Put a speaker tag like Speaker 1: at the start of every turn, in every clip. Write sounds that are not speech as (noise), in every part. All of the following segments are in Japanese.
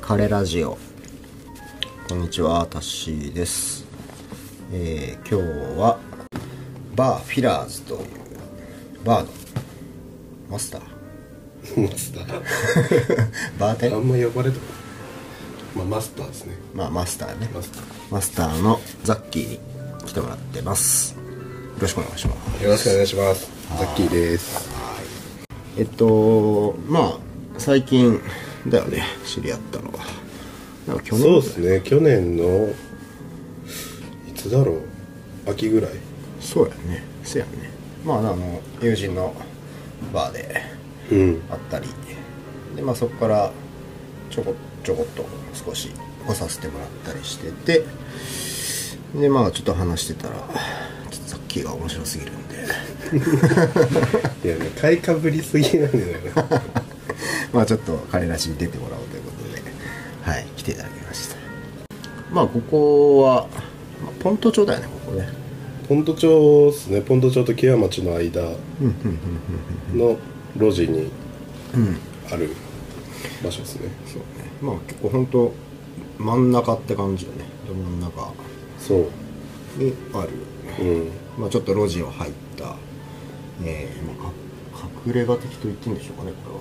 Speaker 1: 彼ラジオこんにちはタッシーです、えー今日はバーフィラーズというバーのマスター
Speaker 2: マスター
Speaker 1: バーテ
Speaker 2: あ
Speaker 1: ン
Speaker 2: んま呼ばれたことないまあマスターですね
Speaker 1: まあマスターね
Speaker 2: マスター
Speaker 1: マスターのザッキーに来てもらってますよろしくお願いします
Speaker 2: よろしくお願いしますザッキーです
Speaker 1: えっとまあ最近だよね知り合ったのはなんか去年
Speaker 2: そうですね去年のいつだろう秋ぐらい
Speaker 1: そうやねせやねまああの友人のバーで
Speaker 2: うん
Speaker 1: あったりでまあそこからちょこちょこっと少し来させてもらったりしててでまあちょっと話してたらちょっとさっきが面白すぎるんで (laughs)
Speaker 2: いやね買いかぶりすぎなんだよね
Speaker 1: まあちょっと彼らしに出てもらおうということではい来ていただきましたまあここは、まあポント町だよねここね
Speaker 2: (laughs) ポンド町ですねポンド町と木屋町の間の路地にある場所ですね
Speaker 1: そうねまあ結構本当真ん中って感じよねど真ん中
Speaker 2: そう
Speaker 1: にある、
Speaker 2: うん
Speaker 1: まあ、ちょっと路地を入った、えーまあ、か隠れ家的と言っていいんでしょうかねこ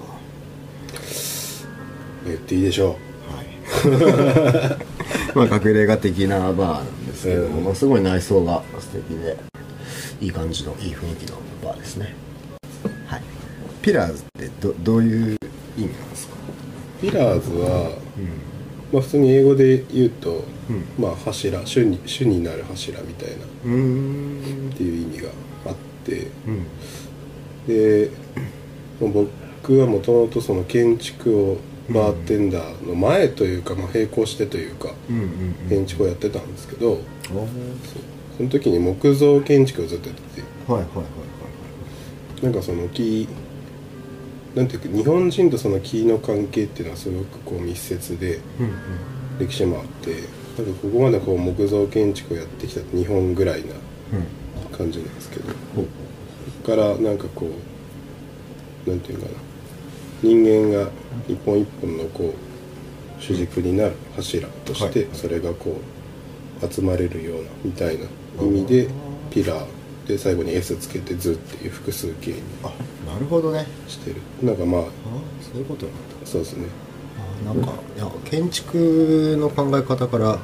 Speaker 2: 言っていいでしょ
Speaker 1: れははい (laughs) まあ隠れ家的なバーなんですけど、
Speaker 2: うん
Speaker 1: まあ、すごい内装が素敵でいい感じのいい雰囲気のバーですねはいピラーズってどどういう意味なんですか
Speaker 2: うピラーズは、まあ普通に英語で言うと、
Speaker 1: ん
Speaker 2: まあ柱主に主になる柱みたいなっ
Speaker 1: うーん
Speaker 2: ていう意味があって
Speaker 1: うん
Speaker 2: で、まあ僕はもともとその建築をバーテンダーの前というか、まあ、並行してというか
Speaker 1: うんうん
Speaker 2: 建築をやってたんですけど、
Speaker 1: おー
Speaker 2: そうその時に木造建築をずっとやってて
Speaker 1: はいはいはいはい
Speaker 2: なんかその木なんていうか日本人とその木の関係っていうのはすごくこう密接で。
Speaker 1: うん
Speaker 2: 歴史もあってなんかここまでこう木造建築をやってきた日本ぐらい
Speaker 1: う
Speaker 2: な
Speaker 1: んうん
Speaker 2: 感じなんですけどこ
Speaker 1: ほう
Speaker 2: こからなんかこうなんていうかな人間が一本一本のこう主軸になる柱とし
Speaker 1: は
Speaker 2: て
Speaker 1: い
Speaker 2: それがこう集まれるようなみたいな意味でピラーで最後に S つけて「図」っていう複数形に
Speaker 1: あなるほどね
Speaker 2: してるなんかまあ
Speaker 1: あーそういうことなんだ
Speaker 2: そうですね
Speaker 1: あなんかいや建築の考え方から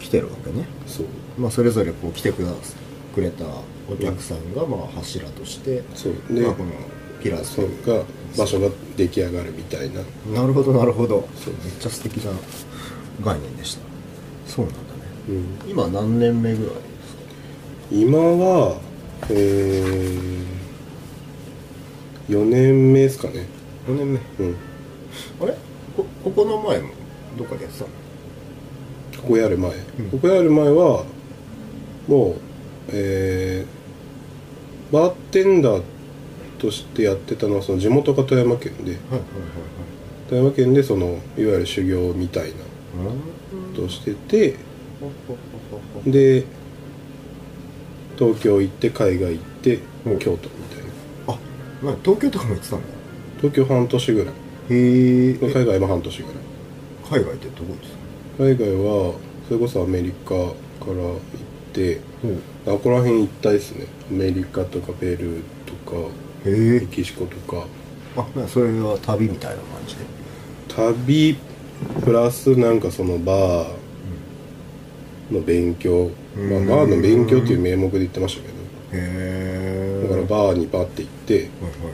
Speaker 1: 来てるわけね、
Speaker 2: そう
Speaker 1: まあ、それぞれこう来てくだくれたお客さんがまあ柱として、
Speaker 2: そう
Speaker 1: ま
Speaker 2: で
Speaker 1: あ、このピラーズ
Speaker 2: そうが場所が出来上がるみたいな
Speaker 1: なるほどなるほど
Speaker 2: そう
Speaker 1: めっちゃ素敵な概念でしたそうなんだね
Speaker 2: うん
Speaker 1: 今何年目ぐらいですか
Speaker 2: 今はえー、4年目ですかね
Speaker 1: 5年目
Speaker 2: うん
Speaker 1: あれこここの前もどっかでやってたの
Speaker 2: ここやる前、
Speaker 1: ん
Speaker 2: ここやる前はもうえー、バーテンダーとしてやってたのはその地元が富山県で
Speaker 1: はいは
Speaker 2: 富山県でそのいわゆる修行みたいない
Speaker 1: はいはい
Speaker 2: ことをしてて
Speaker 1: ほほほほほ
Speaker 2: で東京行って海外行って
Speaker 1: うん
Speaker 2: 京都みたいな
Speaker 1: あなんか東京とかも行ってたんだ
Speaker 2: 東京半年ぐらい
Speaker 1: へえ
Speaker 2: 海外も半年ぐらい
Speaker 1: 海外ってどこですか
Speaker 2: 海外はそれこそアメリカから行って
Speaker 1: ほう
Speaker 2: あここら辺一帯ですねアメリカとかペルーとか
Speaker 1: へ
Speaker 2: メキシコとか
Speaker 1: あまあそれは旅みたいな感じで
Speaker 2: 旅プラスなんかそのバーの勉強、まあ
Speaker 1: うん、
Speaker 2: バーの勉強っていう名目で言ってましたけど
Speaker 1: へ
Speaker 2: だから
Speaker 1: は
Speaker 2: バーにバーって行って
Speaker 1: いはいはい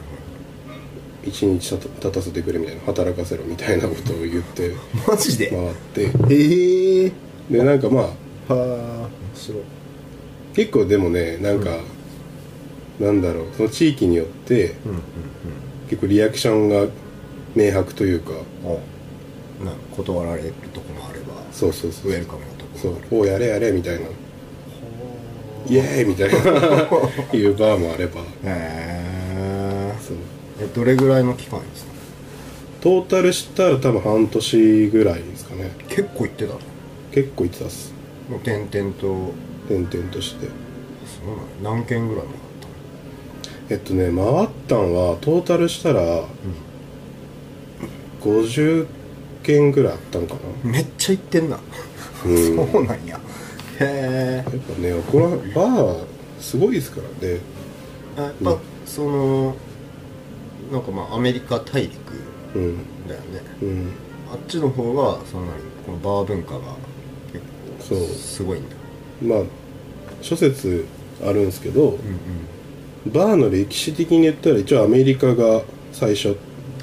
Speaker 2: 一日立た立たせてくれみたいな働かせろみたいなことを言って
Speaker 1: マジで
Speaker 2: 回って
Speaker 1: へえ
Speaker 2: でなんかまあ
Speaker 1: はあ面白い
Speaker 2: 結構でもねなんか、なんだろうその地域によって
Speaker 1: うんうん
Speaker 2: 結構リアクションが明白というか
Speaker 1: うんあなんか断られるとこもあれば
Speaker 2: そうそうそ
Speaker 1: ウ
Speaker 2: う
Speaker 1: ェルカムなとこ
Speaker 2: そ
Speaker 1: も
Speaker 2: う
Speaker 1: ある
Speaker 2: 「おうやれやれ」みたいな「イエーイ!」みたいないうバーもあれば
Speaker 1: へ
Speaker 2: そう
Speaker 1: えどれぐらいの期間ですか
Speaker 2: トータルしたら多分半年ぐらいですかね
Speaker 1: 結構行ってたの
Speaker 2: 結構行ってたっす
Speaker 1: もう点々と
Speaker 2: 点々として
Speaker 1: そうなの何件ぐらいもあっ
Speaker 2: えっとね回ったんはトータルしたら
Speaker 1: た
Speaker 2: 50件ぐらいあったんかな
Speaker 1: めっちゃ行ってんな
Speaker 2: うん
Speaker 1: (laughs) そうなんやへえ
Speaker 2: やっぱねこれはバーはすごいですからね
Speaker 1: やっぱ、
Speaker 2: うん
Speaker 1: そのなんかまあアメリカ大陸
Speaker 2: うん
Speaker 1: だよね
Speaker 2: うん
Speaker 1: あっちの方がその何このバー文化が結
Speaker 2: そう
Speaker 1: 構すごいんだ
Speaker 2: まあ諸説あるんですけど、
Speaker 1: うんうん
Speaker 2: バーの歴史的に言ったら一応アメリカが最初
Speaker 1: へ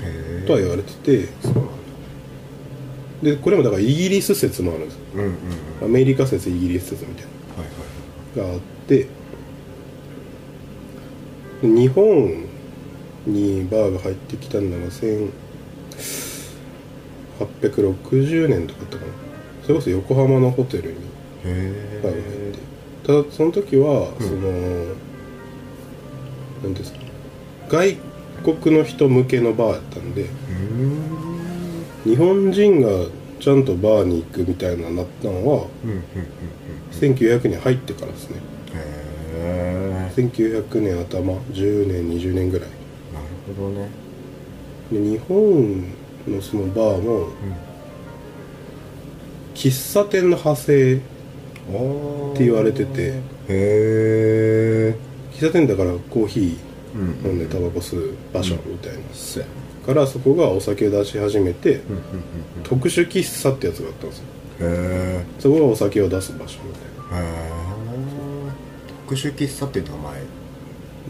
Speaker 1: え
Speaker 2: とは言われてて、
Speaker 1: そうなんだ
Speaker 2: でこれもだからイギリス説もあるんです
Speaker 1: うんうんうん
Speaker 2: アメリカ説イギリス説みたい
Speaker 1: はいはい
Speaker 2: なのがあって日本にバーが入ってきたのが1860年とかだったかなそれこそ横浜のホテルに
Speaker 1: へえ
Speaker 2: バーが入ってただその時は、
Speaker 1: うん
Speaker 2: その何ですか外国の人向けのバーやったんで
Speaker 1: うーん
Speaker 2: 日本人がちゃんとバーに行くみたいなのになったのは
Speaker 1: うんうんうんうん
Speaker 2: 1900年入ってからですね
Speaker 1: へえ
Speaker 2: 1900年頭10年20年ぐらい
Speaker 1: なるほどね
Speaker 2: で日本のそのバーも
Speaker 1: うん
Speaker 2: 喫茶店の派生
Speaker 1: っ
Speaker 2: って言われてて
Speaker 1: へえ
Speaker 2: 喫茶店だからコーヒ
Speaker 1: う
Speaker 2: ー飲ん
Speaker 1: ん
Speaker 2: でタバコ吸う場所みたいな、
Speaker 1: そうや
Speaker 2: からそこがお酒を出し始めて、
Speaker 1: うんうん
Speaker 2: 特殊喫茶ってやつがあったんですよ
Speaker 1: うんへえ
Speaker 2: そこがお酒を出す場所みたい
Speaker 1: へえ特殊喫茶っていう名前
Speaker 2: な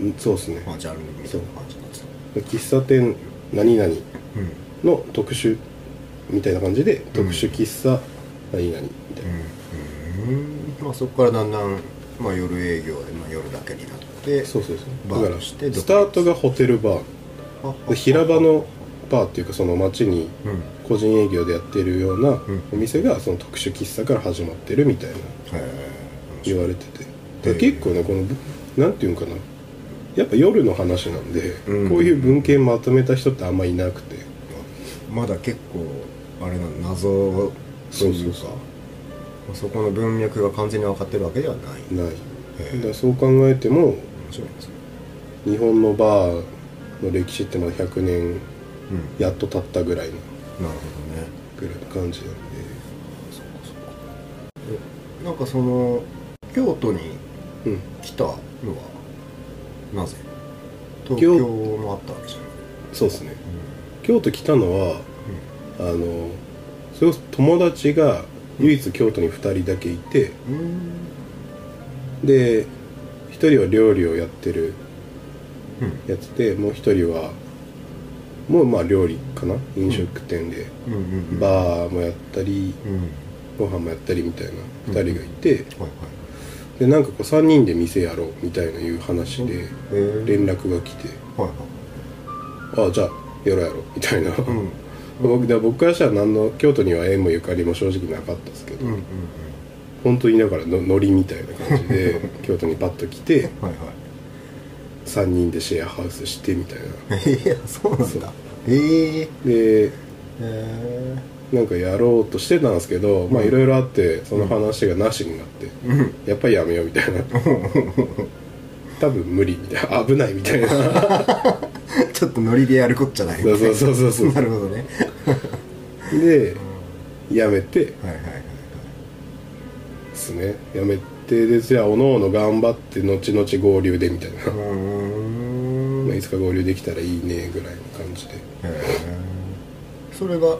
Speaker 2: うんそうですね
Speaker 1: まあジャンルみたいな感じになってた
Speaker 2: 喫茶店何々
Speaker 1: うんうん
Speaker 2: の特殊みたいな感じで特殊喫茶何々みたいな、
Speaker 1: うんまあそこからだんだんまあ夜営業でまあ夜だけになって
Speaker 2: そうそうそう
Speaker 1: バー
Speaker 2: だか
Speaker 1: と
Speaker 2: ら
Speaker 1: し
Speaker 2: ス
Speaker 1: て
Speaker 2: タートがホテルバー
Speaker 1: は
Speaker 2: で平場のバーっていうかその街に
Speaker 1: うんへ
Speaker 2: 個人営業でやってるようなんお店がその特殊喫茶から始まってるみたいな
Speaker 1: え
Speaker 2: 言われてて
Speaker 1: へえ
Speaker 2: だから結構ねこのなんていうんかなやっぱ夜の話なんで、
Speaker 1: うん
Speaker 2: こういう文献まとめた人ってあんまいなくて
Speaker 1: まだ結構あれなの謎というか
Speaker 2: そうそうそう
Speaker 1: まあそこの文脈が完全に分かってるわけではない
Speaker 2: な
Speaker 1: へ
Speaker 2: いだか
Speaker 1: え
Speaker 2: らそう考えても
Speaker 1: 面白いですね
Speaker 2: 日本のバーの歴史ってまだ100年
Speaker 1: うん
Speaker 2: やっと経ったぐらいの
Speaker 1: なるほどね
Speaker 2: ぐらいの感じなんで
Speaker 1: そっかそっかえなんかその京都に
Speaker 2: うん
Speaker 1: 来たのはなぜ
Speaker 2: 京
Speaker 1: 東京もあったわけじゃない
Speaker 2: そうですね京都来たのはあのそれこそ友達が唯一京都に2人だけいて
Speaker 1: うんうん
Speaker 2: で1人は料理をやってる
Speaker 1: うん
Speaker 2: やつでもう1人はもうまあ料理かな飲食店で、
Speaker 1: うんうんうん
Speaker 2: バーもやったり
Speaker 1: うん
Speaker 2: ご飯もやったりみたいな
Speaker 1: うん
Speaker 2: 2人がいて、
Speaker 1: はい
Speaker 2: でなんかこう3人で店やろうみたいないう話
Speaker 1: はい
Speaker 2: で
Speaker 1: へー
Speaker 2: 連絡が来て
Speaker 1: はいは
Speaker 2: 「ああじゃあやろうやろう」みたいな、
Speaker 1: いうん
Speaker 2: (laughs) 僕で僕からしたら何の京都には縁もゆかりも正直なかったですけど、
Speaker 1: うんうんうん
Speaker 2: 本当にだからのノリみたいな感じで (laughs) 京都にパッと来て
Speaker 1: はい
Speaker 2: 3人でシェアハウスしてみたいな
Speaker 1: はいいやそうなんだへえへ
Speaker 2: で
Speaker 1: え
Speaker 2: なんかやろうとしてたんですけど、まあいろいろあってその話がなしになって、
Speaker 1: うん
Speaker 2: やっぱりやめようみたいな多分無理みたいな危ないみたいな
Speaker 1: ちょっとノリでやるこっちゃない
Speaker 2: そうそうそうそうそう
Speaker 1: なるほどね
Speaker 2: でやめて
Speaker 1: はいはいはいはい
Speaker 2: ですねやめてでじゃあおのおの頑張って後々合流でみたいな、
Speaker 1: うーん
Speaker 2: まあいつか合流できたらいいねぐらいの感じで
Speaker 1: それが 5,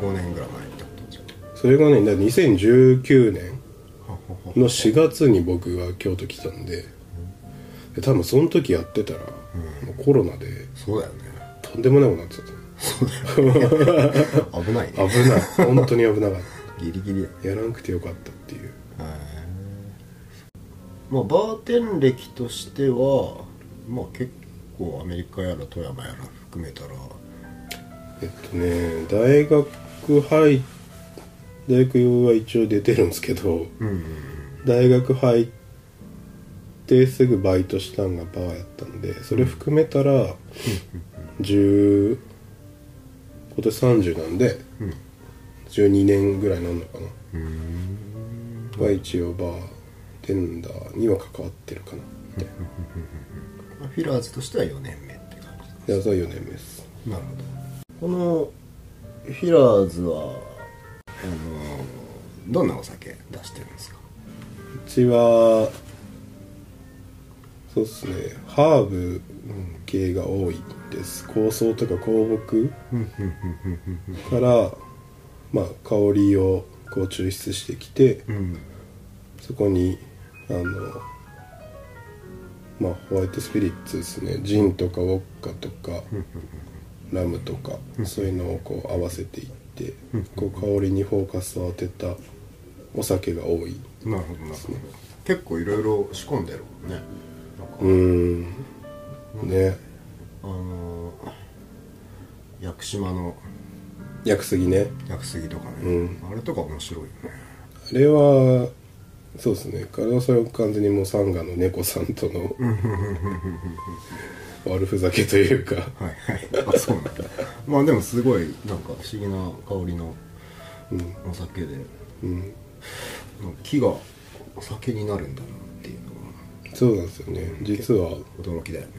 Speaker 1: 年ぐらい前ってことじゃん
Speaker 2: それがねだから2019年の4月に僕が京都来たんでで多分その時やってたら、もうコロナで
Speaker 1: そうだよね
Speaker 2: とんでもなくなってたと
Speaker 1: 危ないね
Speaker 2: 思う危ない本当に危なかっ
Speaker 1: ギリギリや
Speaker 2: たやらなくてよかったっていう
Speaker 1: まあバーテン歴としてはまあ結構アメリカやら富山やら含めたら
Speaker 2: えっとね大学入っ大学は一応出てるんですけど
Speaker 1: うん
Speaker 2: 大学入ってすぐバイトしたんがバーやったんでそれ含めたら10今年30なんで
Speaker 1: うん
Speaker 2: 12年ぐらいなんのか
Speaker 1: うんうん
Speaker 2: なが一応バーテンダーには関わってるかなみたいな
Speaker 1: まあフィラーズとしては4年目って感
Speaker 2: やつは4年目です
Speaker 1: じなるほどこのフィラーズはあのどんなお酒出してるんですか
Speaker 2: うちはそうっすねハーブ系が多いです香草とか香木から、まあ、香りをこう抽出してきて
Speaker 1: うん
Speaker 2: そこにあの、まあ、ホワイトスピリッツですねジンとかウォッカとかラムとかそういうのをこう合わせていってこう香りにフォーカスを当てたお酒が多い
Speaker 1: なるほどなるほど結構いろいろ仕込んでるもんねなんか
Speaker 2: うーんね
Speaker 1: あの屋久島の
Speaker 2: 屋久杉ね
Speaker 1: 屋久杉とかね、
Speaker 2: う
Speaker 1: あれとか面白いよね
Speaker 2: あれはそうですね彼はそれは完全にもうサンガの猫さんとの悪ふざけというか
Speaker 1: はいはいあそうなんだまあでもすごいなんか不思議な香りの
Speaker 2: うん
Speaker 1: お酒で
Speaker 2: うん
Speaker 1: なんか木がお酒になるんだなっていうの
Speaker 2: そうなんですよね実は、
Speaker 1: が驚きだよね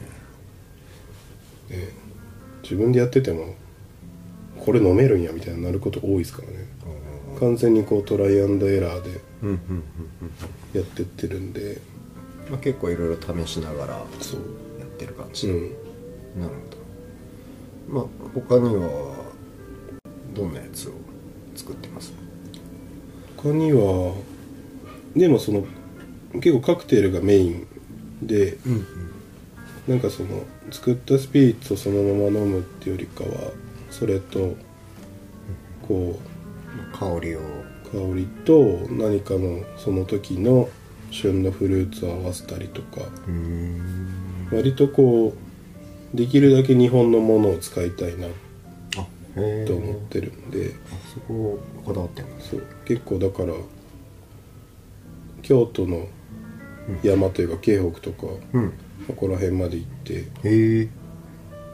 Speaker 2: ね、自分でやっててもこれ飲めるんやみたいになること多いですからね完全にこうトライアンドエラーで
Speaker 1: うんうんうん
Speaker 2: やってってるんで
Speaker 1: まあ、結構いろいろ試しながらや
Speaker 2: そう
Speaker 1: ってる感
Speaker 2: う
Speaker 1: じ、
Speaker 2: ん
Speaker 1: なるほどまあ他にはどんなやつを作ってます
Speaker 2: 他にはでもその結構カクテルがメインで
Speaker 1: うんうん
Speaker 2: なんかその作ったスピリッツをそのまま飲むっていうよりかはそれとこう
Speaker 1: 香りを
Speaker 2: 香りと何かのその時の旬のフルーツを合わせたりとか
Speaker 1: うん
Speaker 2: 割とこうできるだけ日本のものを使いたいな
Speaker 1: あへえ
Speaker 2: と思ってるんで
Speaker 1: あそここだわってんです
Speaker 2: そう結構だから京都の山というか京北とか
Speaker 1: うん
Speaker 2: ここら辺まで行って
Speaker 1: へえ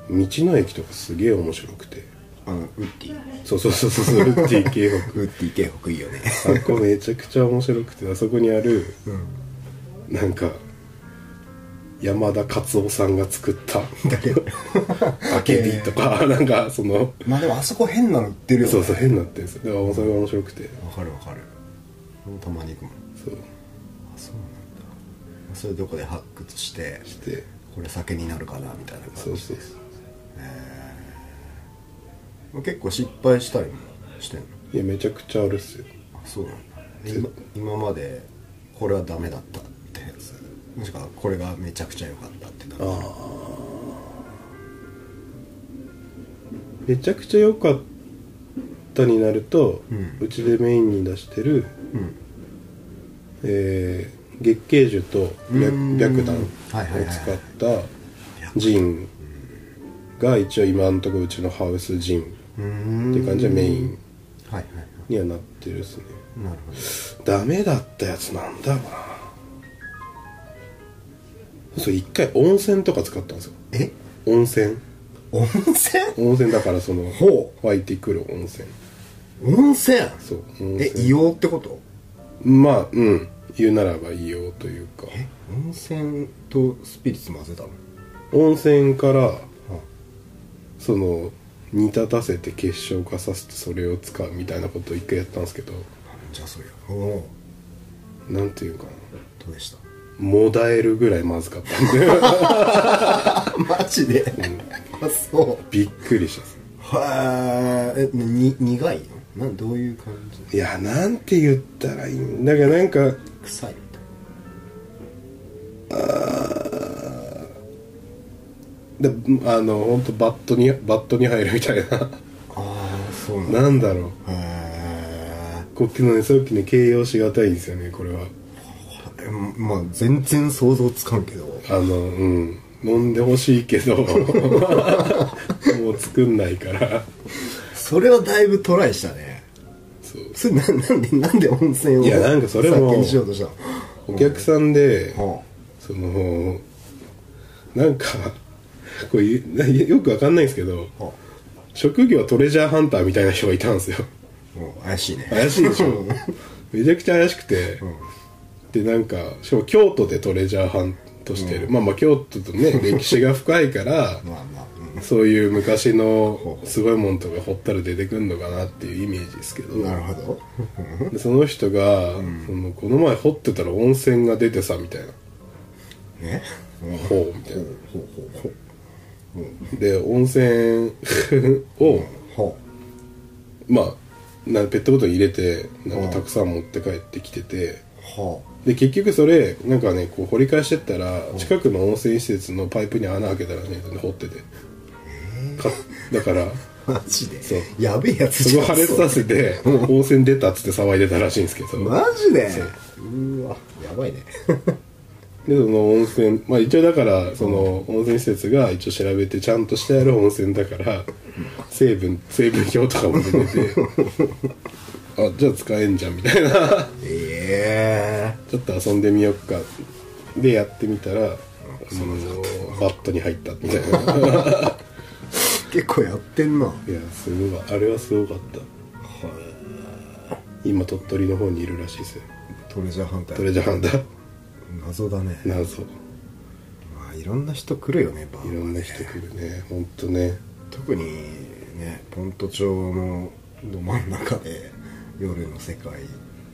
Speaker 2: 道の駅とかすげえ面白くて
Speaker 1: あのウッディ
Speaker 2: そうそうそうそう (laughs) ウッデ
Speaker 1: ウ
Speaker 2: ィ京北
Speaker 1: ッディ系北いいよね
Speaker 2: あこめちゃくちゃ面白くてあそこにある
Speaker 1: うん
Speaker 2: なんか山田勝夫さんが
Speaker 1: (laughs)
Speaker 2: 作った
Speaker 1: け
Speaker 2: (laughs) アケビとか、なんかその
Speaker 1: まあでもあそこ変なの売ってるよね
Speaker 2: そうそう変になってるんですよだからそれが面白くて
Speaker 1: わかるわかるたまに行くもん
Speaker 2: そう
Speaker 1: あそうなんだそれどこで発掘して
Speaker 2: して
Speaker 1: これ酒になるかなみたいな
Speaker 2: そ
Speaker 1: 感
Speaker 2: う
Speaker 1: じ
Speaker 2: そう
Speaker 1: まあ結構失敗したりもしてんの
Speaker 2: いやめちゃくちゃあるっすよ
Speaker 1: あそうなんだ今今までこれはダメだったってやつもしくはこれがめちゃくちゃ良かったってなる
Speaker 2: めちゃくちゃ良かったになると、
Speaker 1: う
Speaker 2: うんちでメインに出してる、
Speaker 1: うん
Speaker 2: えー月桂樹と
Speaker 1: うーん
Speaker 2: 白白檀を
Speaker 1: はいはいはい
Speaker 2: 使ったジンが一応今のところうちのハウスジン
Speaker 1: う
Speaker 2: っ
Speaker 1: ん
Speaker 2: ていう感じでメイン
Speaker 1: はいはいは
Speaker 2: にはなってるですね
Speaker 1: いなるほど
Speaker 2: ダメだったやつなんだろうなそう一回温泉とか使ったんですよ
Speaker 1: え
Speaker 2: 温泉
Speaker 1: 温泉
Speaker 2: 温泉だからその
Speaker 1: ほ
Speaker 2: 湧いてくる温泉
Speaker 1: 温泉
Speaker 2: そう温
Speaker 1: え
Speaker 2: 泉
Speaker 1: 硫黄ってこと
Speaker 2: まあうん言うならば硫黄というか
Speaker 1: え温泉とスピリッツ混ぜたの
Speaker 2: 温泉から
Speaker 1: あ
Speaker 2: その煮立たせて結晶化させてそれを使うみたいなことを一回やったんですけど
Speaker 1: じゃあそれおお
Speaker 2: なんていうかな
Speaker 1: どうでした
Speaker 2: もだえるぐらいまずかったんで
Speaker 1: (laughs) あ (laughs) マジで、あそう
Speaker 2: びっくりしたっす
Speaker 1: はーえに苦いのなんどういう感じ
Speaker 2: いやなんて言ったらいいんだからなんか
Speaker 1: 臭いみたい
Speaker 2: であの本当バットにバットに入るみたいな
Speaker 1: なああそうなんだ
Speaker 2: なんだろう
Speaker 1: へ
Speaker 2: こっちのねさっきね形容しがたいんですよねこれは
Speaker 1: えまあ全然想像つかんけど
Speaker 2: あのうん飲んでほしいけ
Speaker 1: (laughs)
Speaker 2: どもう作んないから
Speaker 1: それはだいぶトライしたね
Speaker 2: そう
Speaker 1: それななんでなんで温泉を
Speaker 2: いやなんかそれも
Speaker 1: 酒にしようとしたの
Speaker 2: お客さんで
Speaker 1: は
Speaker 2: そのなんかこういうなよくわかんないんですけど
Speaker 1: あは
Speaker 2: 職業トレジャーハンターみたいな人がいたんですよ
Speaker 1: あもう怪しいね
Speaker 2: 怪しいでしょめちゃくちゃ怪しくて、でなんかしかも
Speaker 1: (laughs)
Speaker 2: 京都でトレジャーハントしてる、まあまあ京都とね歴史が深いから
Speaker 1: まあまあ、うん
Speaker 2: そういう昔のすごいもんとかほったら出てくんのかなっていうイメージですけど
Speaker 1: なるほ (laughs) ど
Speaker 2: でその人が、そのこの前掘ってたら温泉が出てさみたいな
Speaker 1: ね
Speaker 2: ほうみたい
Speaker 1: ほ
Speaker 2: な
Speaker 1: うほうほう
Speaker 2: で温泉 (laughs) を
Speaker 1: ほ
Speaker 2: まあなんペットボトルに入れてなんかたくさん持って帰ってきてて
Speaker 1: うほ
Speaker 2: で結局それなんかねこう掘り返してったら近くの温泉施設のパイプに穴開けたらね掘っててかだ (laughs) から
Speaker 1: うマジで
Speaker 2: そう
Speaker 1: やべえやつ
Speaker 2: そ
Speaker 1: じゃ
Speaker 2: こ
Speaker 1: ん
Speaker 2: 破裂させて温泉出たっつって騒いでたらしいんですけど
Speaker 1: マジでうわやばいね
Speaker 2: でその温泉まあ一応だからその温泉施設が一応調べてちゃんとしてある温泉だから成分成分表とかも出ててあじゃあ使えんじゃんみたいな
Speaker 1: (laughs) ええ
Speaker 2: ちょっと遊んでみよっかでやってみたらそのバットに入ったみたいない
Speaker 1: 結構やってんな
Speaker 2: やすごいあれはすごかった今鳥取の方にいるらしいですよ
Speaker 1: トレジャーハンタ
Speaker 2: ト
Speaker 1: ー
Speaker 2: レジャーハンター
Speaker 1: 謎だね
Speaker 2: 謎い
Speaker 1: まあいろんな人来るよねバー
Speaker 2: ろんな人来るねほんとね (laughs)
Speaker 1: 特にねポント町のど真ん中で夜の世界っ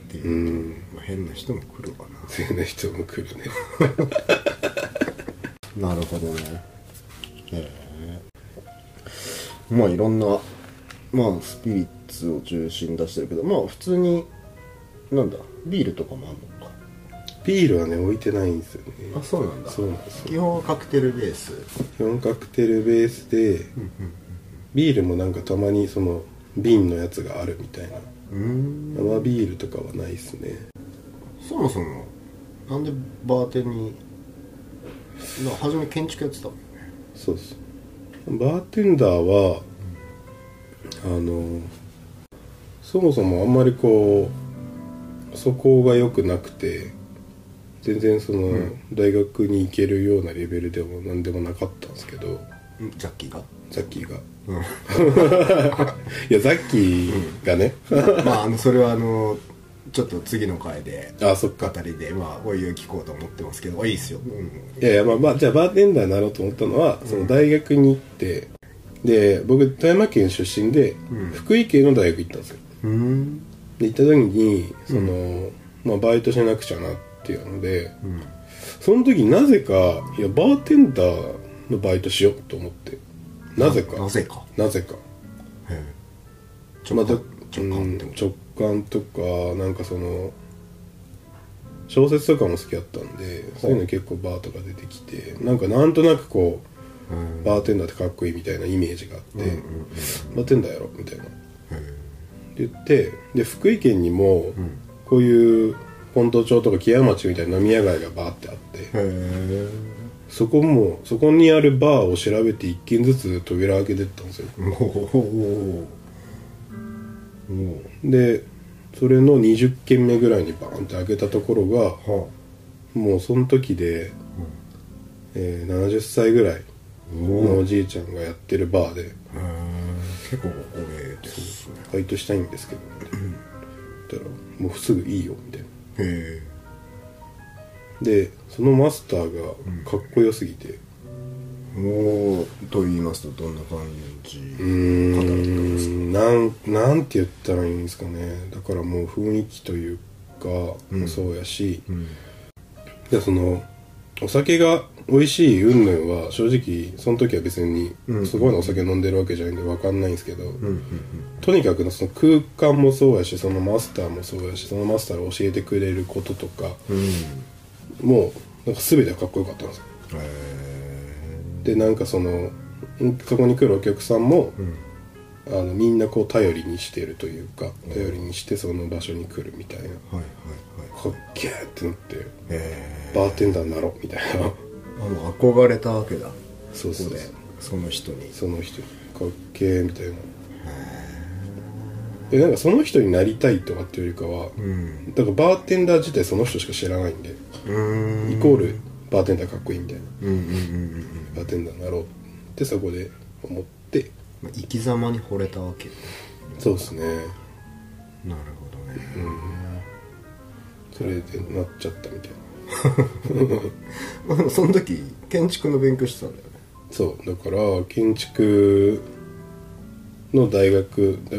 Speaker 1: ていう、
Speaker 2: うん
Speaker 1: まあ、変な人も来るか
Speaker 2: そういう人も来るね
Speaker 1: ななるほどねええまあいろんなまあスピリッツを中心に出してるけどまあ普通になんだビールとかもあるのか
Speaker 2: ビールはね置いてないんですよね
Speaker 1: あそうなんだ
Speaker 2: そうなんですよ
Speaker 1: 基本はカクテルベース
Speaker 2: 基本カクテルベースでビールもなんかたまにその瓶のやつがあるみたいな
Speaker 1: うん
Speaker 2: 生ビールとかはないですね
Speaker 1: そもそもなんでバーテンにな初め建築やってたもんね
Speaker 2: そうっすバーテンダーはあのそもそもあんまりこう素行が良くなくて全然その大学に行けるようなレベルでも何でもなかったんですけど
Speaker 1: ジャッキーが
Speaker 2: ザッキーが (laughs)
Speaker 1: うん
Speaker 2: いやザッキーがね、
Speaker 1: まああのそれはあのちょっと次の回 (laughs) で
Speaker 2: あそっ
Speaker 1: 語
Speaker 2: か
Speaker 1: りでまあお湯聞こうと思ってますけどあいいっすよ、うん、
Speaker 2: いやいやまあ、まあ、じゃあバーテンダーになろうと思ったのは、その大学に行ってで僕富山県出身で、福井県の大学行ったんですよ
Speaker 1: うん
Speaker 2: で行った時にその、まあ、バイトしなくちゃなっていうので、その時なぜかいやバーテンダーのバイトしようと思ってなぜか
Speaker 1: なぜか
Speaker 2: なぜか
Speaker 1: 直感直感ってこ
Speaker 2: まあだうん直感とかなんかその小説とかも好きだったんでそういうの結構バーとか出てきてなんかなんとなくこう、
Speaker 1: うん
Speaker 2: バーテンダーってかっこいいみたいなイメージがあって、バーテンダーやろみたいな
Speaker 1: とへ
Speaker 2: って言ってで福井県にもこういう本島町とか木屋町みたいな飲み屋街がバーってあって
Speaker 1: え
Speaker 2: そこもそこにあるバーを調べて一軒ずつ扉開けてったんですよ
Speaker 1: おおお
Speaker 2: でそれの20軒目ぐらいにバーンって開けたところが
Speaker 1: おは
Speaker 2: もうその時で、えー70歳ぐらいのおじいちゃんがやってるバーで
Speaker 1: へえ結構お礼ですね
Speaker 2: バイトしたいんですけどみたいな言ったら「もうすぐいいよ」みたいな
Speaker 1: へ
Speaker 2: でそのマスターがかっこよすぎて、
Speaker 1: えおおと言いますとどんな感じ、
Speaker 2: うーんなんなんて言ったらいいんですかねだからもう雰囲気というかもそうやし、
Speaker 1: ん
Speaker 2: でそのお酒が美味しい云々は正直その時は別にすごいお酒飲んでるわけじゃないんで分かんないんですけど、とにかくその空間もそうやしそのマスターもそうやしそのマスターが教えてくれることとか
Speaker 1: うんへ
Speaker 2: もうなんか全てがかっこよかったんですよ
Speaker 1: え
Speaker 2: でなんかそのそこに来るお客さんも、あのみんなこう頼りにしてるというか頼りにしてその場所に来るみたいな
Speaker 1: はいはいはい
Speaker 2: かっけーってなって
Speaker 1: へえ
Speaker 2: バーテンダーになろうみたいな
Speaker 1: あもう憧れたわけだ
Speaker 2: そうそう
Speaker 1: ここでその人に
Speaker 2: その人にかっけーみたいなでなんかその人になりたいとかっていうよりかは、
Speaker 1: うん
Speaker 2: だからバーテンダー自体その人しか知らないんで、
Speaker 1: うん
Speaker 2: イコールバーテンダーかっこいいみたいな
Speaker 1: うんうんうん
Speaker 2: バーテンダーになろうってそこで思って
Speaker 1: うん生き様に惚れたわけ
Speaker 2: そうですね
Speaker 1: なるほどね、
Speaker 2: それでなっちゃったみたいな
Speaker 1: まあでもその時建築の勉強してたんだよね
Speaker 2: そうだから建築の大学だ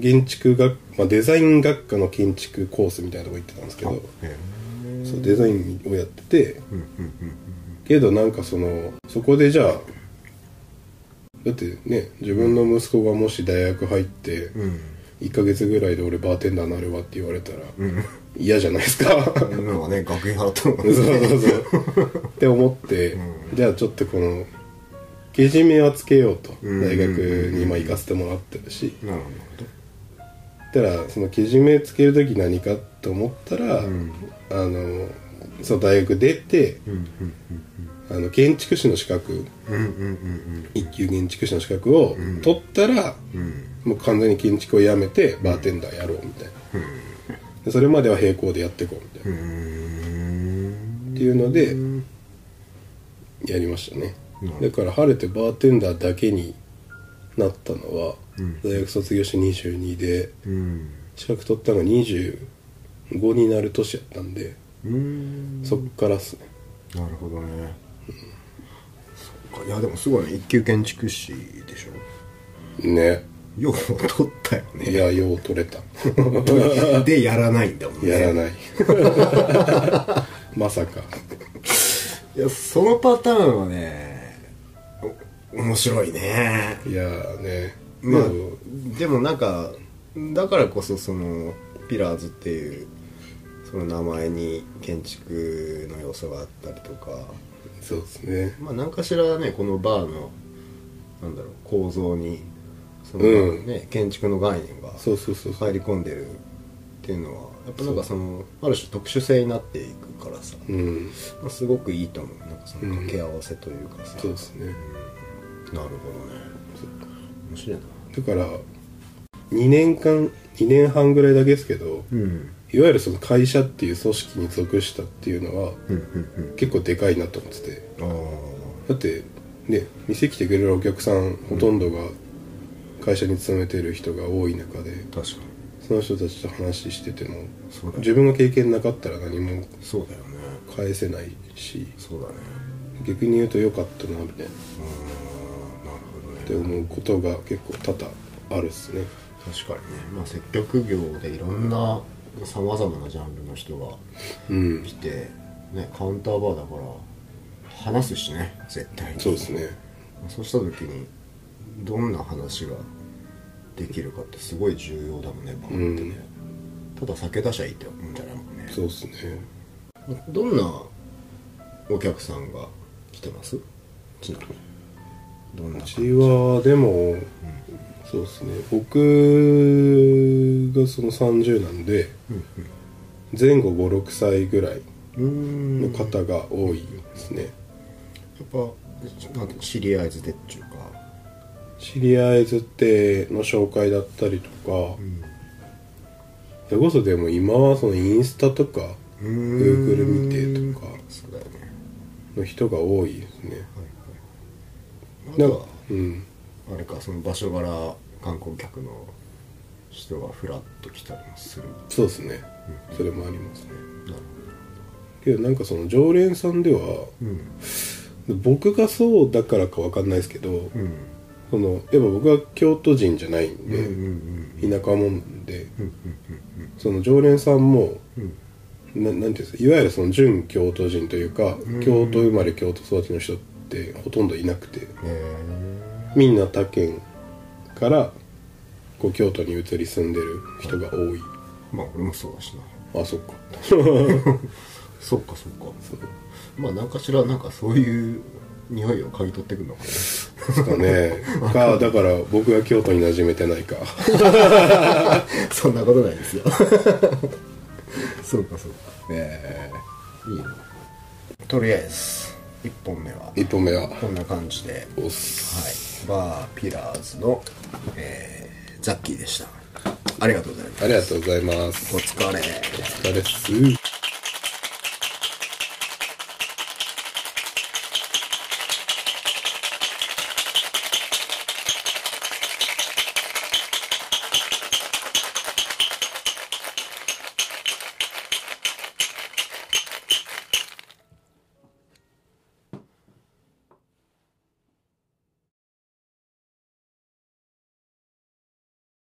Speaker 2: 建築学、まあ、デザイン学科の建築コースみたいなとこ行ってたんですけど
Speaker 1: え
Speaker 2: そうデザインをやっててけどなんかそのそこでじゃあだってね自分の息子がもし大学入って1ヶ月ぐらいで俺バーテンダーになるわって言われたら嫌じゃないですか
Speaker 1: えなんかね学費払ったのが
Speaker 2: (laughs) そうそうそうって思って、じゃあちょっとこのけじめはつけようと
Speaker 1: ん
Speaker 2: 大学にまあ行かせてもらってるし
Speaker 1: なるほ
Speaker 2: たらそのけじめつける時何かと思ったら、あのその大学出て、あの建築士の資格
Speaker 1: どうんうんうん
Speaker 2: 一級建築士の資格を取ったら、もう完全に建築をやめてバーテンダーやろうみたいな、でそれまでは並行でやっていこうみたいな、
Speaker 1: うんうん
Speaker 2: っていうのでやりましたねだから晴れてバーテンダーだけになったのは、大学卒業して22で
Speaker 1: うん
Speaker 2: 資格取ったのが25になる年やったんで
Speaker 1: うん
Speaker 2: そっからっすね
Speaker 1: なるほどねそっかいやでもすごいね一級建築士でしょ
Speaker 2: ね
Speaker 1: よう取ったよね
Speaker 2: いやよう取
Speaker 1: (laughs)
Speaker 2: れた
Speaker 1: でやらないんだもんね
Speaker 2: やら
Speaker 1: (laughs)
Speaker 2: ないまさか
Speaker 1: いやそのパターンはねお面白いね
Speaker 2: いやーね
Speaker 1: まあ
Speaker 2: でも
Speaker 1: でもなんかだからこそそのピラーズっていうその名前に建築の要素があったりとか
Speaker 2: そうですね
Speaker 1: まあ何かしらねこのバーのなんだろう構造にその、
Speaker 2: うん
Speaker 1: ね建築の概念が
Speaker 2: そうそうそうそう
Speaker 1: 入り込んでるっていうのはやっぱなんかそのある種特殊性になっていくからさ、
Speaker 2: うん
Speaker 1: まあすごくいいと思うなんかその掛け合わせというかさ、
Speaker 2: そうですね
Speaker 1: なるほどね面白いな
Speaker 2: だから2年間2年半ぐらいだけですけど、
Speaker 1: うん
Speaker 2: いわゆるその会社っていう組織に属したっていうのは
Speaker 1: うんうん
Speaker 2: 結構でかいなと思ってて
Speaker 1: うんあ
Speaker 2: だってね店来てくれるお客さんほとんどが会社に勤めてる人が多い中で
Speaker 1: あ確かに
Speaker 2: その人たちと話してても
Speaker 1: そうだよ
Speaker 2: 自分の経験なかったら何も
Speaker 1: そうだよね
Speaker 2: 返せないし
Speaker 1: そうだね
Speaker 2: 逆に言うと良かったなみた
Speaker 1: うーんな
Speaker 2: いな
Speaker 1: るほどね
Speaker 2: って思うことが結構多々あるっすね
Speaker 1: 確かにね、まあ、接客業でいろんなさまざまなジャンルの人が
Speaker 2: うん
Speaker 1: 来て、ね、カウンターバーだから話すしね絶対に
Speaker 2: そうですね
Speaker 1: そうした時にどんな話ができるかってすごい重要だもんねバーってね、ただ酒出しゃいいって思うんじゃないもんね
Speaker 2: そうですね
Speaker 1: どんなお客さんが来てますちなみにどんな
Speaker 2: うちはでもそうですね僕がその30なんで前後56歳ぐらいう
Speaker 1: ーんや
Speaker 2: の
Speaker 1: っ
Speaker 2: 方が多いですね
Speaker 1: ぱなんて知り合いずでっていうか
Speaker 2: 知り合いずっての紹介だったりとかそれこそでも今はそのインスタとか
Speaker 1: う
Speaker 2: Google
Speaker 1: ーん
Speaker 2: 見てとか
Speaker 1: そうだよね
Speaker 2: の人が多いですね
Speaker 1: はいはいな
Speaker 2: なん
Speaker 1: ん
Speaker 2: か
Speaker 1: か
Speaker 2: うん
Speaker 1: あれかその場所柄観光客の人がフラッと来たりもする
Speaker 2: そうですねそれもありますね
Speaker 1: なるほ
Speaker 2: けどなんかその常連さんでは
Speaker 1: どうん
Speaker 2: 僕がそうだからかわかんないですけど、
Speaker 1: うん
Speaker 2: そのやっぱ僕は京都人じゃないん
Speaker 1: うんう
Speaker 2: で、
Speaker 1: ん
Speaker 2: 田舎もんで、
Speaker 1: うん
Speaker 2: その常連さんも、
Speaker 1: うん
Speaker 2: ななんていうんですかいわゆるその純京都人というか、京都生まれ京都育ちの人ってほとんどいなくて
Speaker 1: へ
Speaker 2: みんな他県からこう京都に移り住んでる人が多い、
Speaker 1: えまあ俺もそうだしな
Speaker 2: あそっか
Speaker 1: そっかそっかまあ何かしらなんかそういう匂いを嗅ぎ取ってくるのか
Speaker 2: ですかねかだから僕が京都に馴染めてないか
Speaker 1: な (laughs) そんなことないですよ (laughs) そうかそうかええいいなとりあえず1本目は
Speaker 2: 一本目は
Speaker 1: こんな感じで
Speaker 2: おっす
Speaker 1: はいバーピラーズの、えーザッキーでしたありがとうございます
Speaker 2: ありがとうございます
Speaker 1: お疲れ
Speaker 2: お疲れっす